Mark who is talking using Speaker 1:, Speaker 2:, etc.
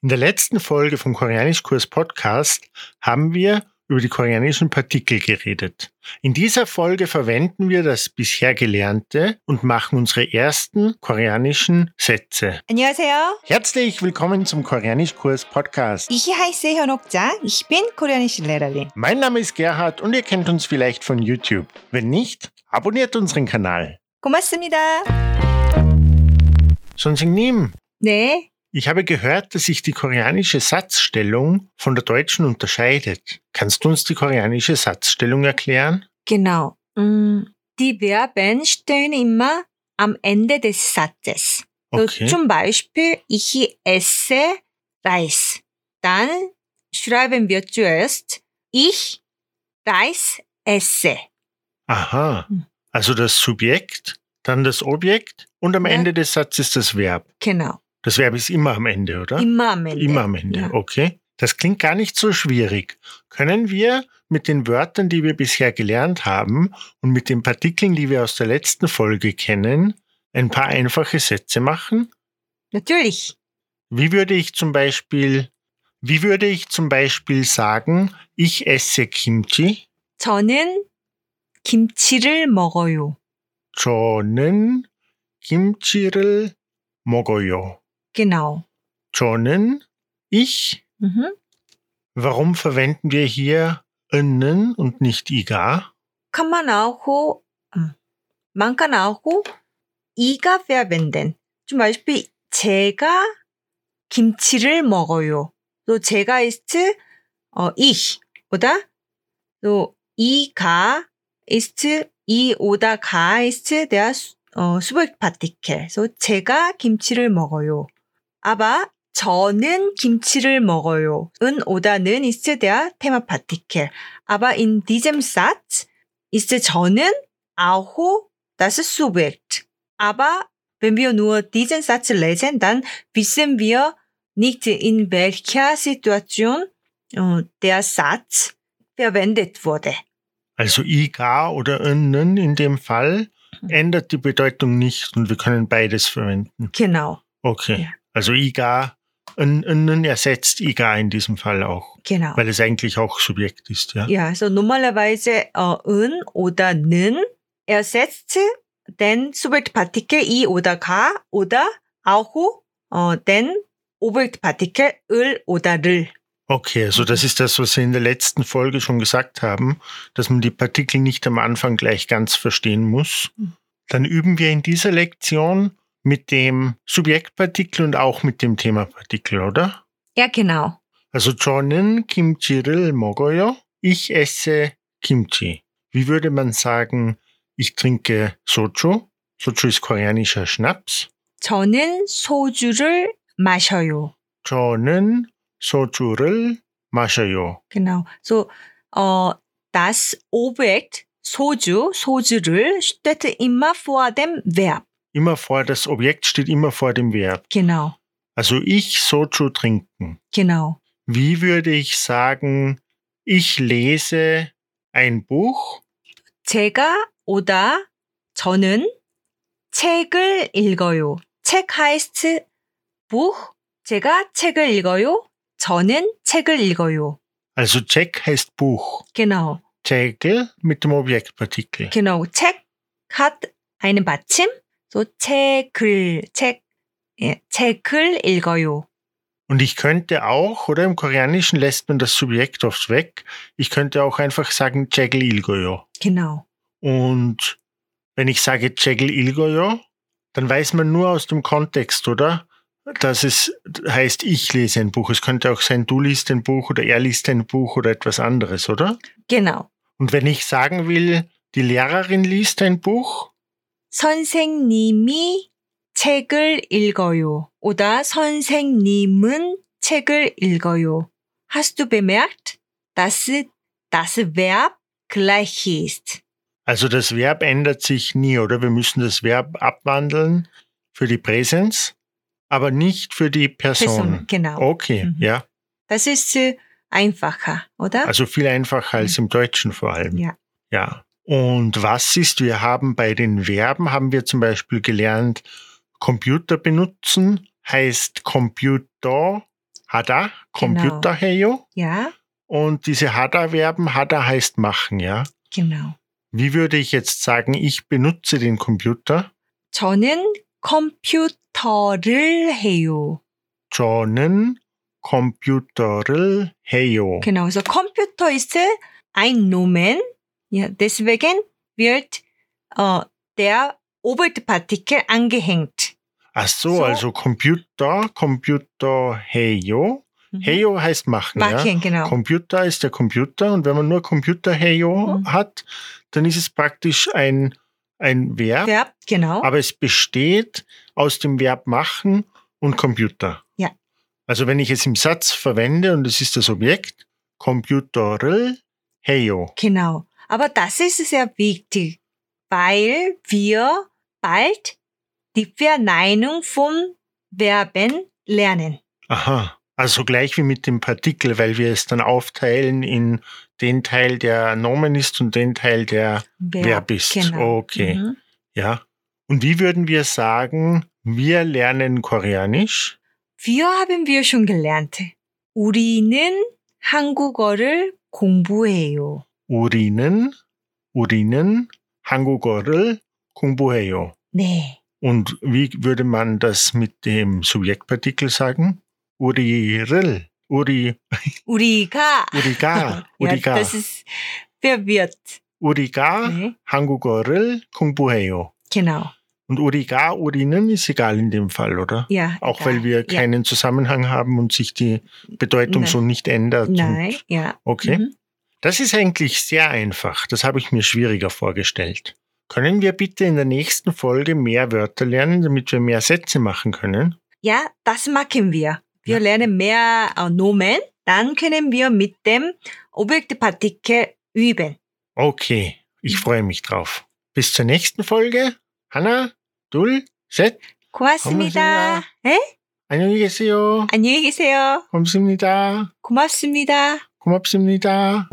Speaker 1: In der letzten Folge vom Koreanischkurs Podcast haben wir über die koreanischen Partikel geredet. In dieser Folge verwenden wir das bisher Gelernte und machen unsere ersten koreanischen Sätze.
Speaker 2: 안녕하세요.
Speaker 1: Herzlich willkommen zum Koreanischkurs Podcast.
Speaker 2: Ich heiße Hyunokja. Ich bin koreanische Lehrerin.
Speaker 1: Mein Name ist Gerhard und ihr kennt uns vielleicht von YouTube. Wenn nicht, abonniert unseren Kanal.
Speaker 2: 고맙습니다.
Speaker 1: Sonjingnim,
Speaker 2: 네.
Speaker 1: ich habe gehört, dass sich die koreanische Satzstellung von der deutschen unterscheidet. Kannst du uns die koreanische Satzstellung erklären?
Speaker 2: Genau. 음, die Verben stehen immer am Ende des Satzes. So Also Zum Beispiel, ich esse Reis. Dann schreiben wir zuerst, ich Reis esse.
Speaker 1: Aha.
Speaker 2: Hm.
Speaker 1: Also das Subjekt, dann das Objekt und am
Speaker 2: Ja.
Speaker 1: Ende des Satzes das Verb.
Speaker 2: Genau.
Speaker 1: Das Verb ist immer am Ende, oder?
Speaker 2: Immer am Ende.
Speaker 1: Immer am Ende.
Speaker 2: Ja.
Speaker 1: Okay. Das klingt gar nicht so schwierig. Können wir mit den Wörtern, die wir bisher gelernt haben und mit den Partikeln, die wir aus der letzten Folge kennen, ein paar einfache Sätze machen?
Speaker 2: Natürlich.
Speaker 1: Wie würde ich zum Beispiel, wie würde ich zum Beispiel sagen, ich esse Kimchi?
Speaker 2: 저는 김치를 먹어요.
Speaker 1: 저는 김치를 먹어요.
Speaker 2: Genau.
Speaker 1: 저는 ich.
Speaker 2: Mhm.
Speaker 1: Warum verwenden wir hier nnen und nicht iga?
Speaker 2: kann man auch, 음, man kann auch 이가 verwenden. Zum Beispiel, 제가 김치를 먹어요. So, 제가 ist 어, ich, oder? So, 이가 ist, 이 oder 가 ist der 어, Subjektartikel. So, 제가 김치를 먹어요. Aber 저는 김치를 먹어요. 은 오다는 ist der Themapartikel. Aber in diesem Satz ist 저는 auch das Subjekt. Aber wenn wir nur diesen Satz lesen, dann wissen wir nicht, in welcher Situation äh, der Satz verwendet wurde.
Speaker 1: Also iga oder nnen in dem Fall ändert die Bedeutung nicht und wir können beides verwenden.
Speaker 2: Genau,
Speaker 1: Okay.
Speaker 2: Ja.
Speaker 1: Also iga, nnen ersetzt iga in diesem Fall auch,
Speaker 2: genau.
Speaker 1: weil es eigentlich auch Subjekt ist, ja?
Speaker 2: Ja, so normalerweise äh, 은 oder 는 ersetzt den Subjektpartikel 이 oder 가 oder auch äh, den Objektpartikel 을 oder 를.
Speaker 1: Okay, also das ist das, was wir in der letzten Folge schon gesagt haben, dass man die Partikel nicht am Anfang gleich ganz verstehen muss.
Speaker 2: Mhm.
Speaker 1: Dann üben wir in dieser Lektion mit dem Subjektpartikel und auch mit dem Themapartikel, oder?
Speaker 2: Ja, genau.
Speaker 1: Also 저는 김치를 먹어요. Ich esse Kimchi. Wie würde man sagen, ich trinke Soju? Soju ist koreanischer Schnaps.
Speaker 2: 저는 소주를 마셔요.
Speaker 1: 저는 소주를 마셔요.
Speaker 2: Genau. So, 어, das Objekt 소주, 소주를 steht immer vor dem Verb.
Speaker 1: Immer vor, das Objekt steht immer vor dem Verb.
Speaker 2: Genau,
Speaker 1: Also ich Soju trinken.
Speaker 2: genau.
Speaker 1: Wie würde ich sagen, ich lese ein Buch?
Speaker 2: 제가 oder 저는 책을 읽어요. 책 heißt Buch. 제가 책을 읽어요. 저는 책을 읽어요.
Speaker 1: Also Check heißt Buch.
Speaker 2: Genau,
Speaker 1: Tegel mit dem Objektpartikel.
Speaker 2: genau. 책 hat einen 받침. So 책을 책 예, 책을 읽어요.
Speaker 1: Und ich könnte auch, oder im Koreanischen lässt man das Subjekt oft weg, ich könnte auch einfach sagen Chegel Ilgoyo.
Speaker 2: Genau.
Speaker 1: Und wenn ich sage Chegel Ilgoyo, dann weiß man nur aus dem Kontext, oder? Dass es heißt, ich lese ein Buch. Es könnte auch sein, du liest ein Buch oder er liest ein Buch oder etwas anderes, oder?
Speaker 2: Genau.
Speaker 1: Und wenn ich sagen will, die Lehrerin liest ein Buch,
Speaker 2: 선생님이 책을 읽어요. Oder 선생님은 책을 읽어요. Hast du bemerkt, dass das Verb gleich ist?
Speaker 1: also das Verb ändert sich nie, oder? Wir müssen das Verb abwandeln für die Präsens, aber nicht für die Person. Oh.
Speaker 2: genau.
Speaker 1: Okay,
Speaker 2: Mhm.
Speaker 1: ja.
Speaker 2: Das ist äh, einfacher, oder?
Speaker 1: Also viel einfacher als im Deutschen vor allem.
Speaker 2: Mhm. Ja.
Speaker 1: Ja. Und was ist, wir haben bei den Verben, haben wir zum Beispiel gelernt, Computer benutzen heißt Computer Hada,
Speaker 2: Genau.
Speaker 1: Computer, heyo.
Speaker 2: Ja,
Speaker 1: Und diese Hada-Verben, Hada heißt machen, ja.
Speaker 2: genau.
Speaker 1: Wie würde ich jetzt sagen, ich benutze den Computer?
Speaker 2: 저는 컴퓨터를 해요.
Speaker 1: 저는 컴퓨터를 해요.
Speaker 2: Genau, so Computer ist äh, ein Nomen. Ja, deswegen wird äh, der Oberpartikel angehängt.
Speaker 1: Ach so,
Speaker 2: So.
Speaker 1: also Computer, Computer 해요.
Speaker 2: Mhm.
Speaker 1: 해요 heißt machen, ja.
Speaker 2: Machen, genau.
Speaker 1: Computer ist der Computer und wenn man nur Computer 해요
Speaker 2: Mhm.
Speaker 1: hat, dann ist es praktisch ein, ein Verb,
Speaker 2: Verb, genau.
Speaker 1: aber es besteht aus dem Verb machen und Computer.
Speaker 2: Ja.
Speaker 1: Also wenn ich es im Satz verwende und es ist das Objekt, Computer을 해요.
Speaker 2: Genau. Aber das ist sehr wichtig, weil wir bald die Verneinung von Verben lernen.
Speaker 1: Aha. Also gleich wie mit dem Partikel, weil wir es dann aufteilen in den Teil, der Nomen ist und den Teil, der
Speaker 2: Verb,
Speaker 1: Verb ist. Okay.
Speaker 2: Mhm.
Speaker 1: Ja. Und wie würden wir sagen, wir lernen Koreanisch?
Speaker 2: Wir haben wir schon gelernt. 우리는 한국어를 공부해요.
Speaker 1: 우리는 우리는 한국어를 공부해요.
Speaker 2: 네.
Speaker 1: Und wie würde man das mit dem Subjektpartikel sagen? 우리를 우리 우리가
Speaker 2: 우리가 Ja,
Speaker 1: 우리가 아.
Speaker 2: das ist verwirrt.
Speaker 1: 우리가
Speaker 2: 네.
Speaker 1: 한국어를 공부해요.
Speaker 2: Genau.
Speaker 1: Und 우리가 우리는 ist egal in dem Fall, oder?
Speaker 2: Ja.
Speaker 1: Auch
Speaker 2: egal.
Speaker 1: weil wir
Speaker 2: ja.
Speaker 1: keinen Zusammenhang haben und sich die Bedeutung
Speaker 2: Nein.
Speaker 1: so nicht ändert. und-
Speaker 2: Nein, ja.
Speaker 1: Okay.
Speaker 2: Mhm.
Speaker 1: Das ist eigentlich sehr einfach. Das habe ich mir schwieriger vorgestellt. Können wir bitte in der nächsten Folge mehr Wörter lernen, damit wir mehr Sätze machen können?
Speaker 2: Ja, das machen wir. Wir
Speaker 1: Ja.
Speaker 2: lernen mehr äh, Nomen, dann können wir mit dem Objektpartikel üben.
Speaker 1: Okay,
Speaker 2: Mhm.
Speaker 1: ich freue mich drauf. Bis zur nächsten Folge. Hanna, 둘, 셋,
Speaker 2: 고맙습니다. 예?
Speaker 1: 안녕히 계세요.
Speaker 2: 안녕히 계세요.
Speaker 1: 고맙습니다.
Speaker 2: 고맙습니다.
Speaker 1: 고맙습니다.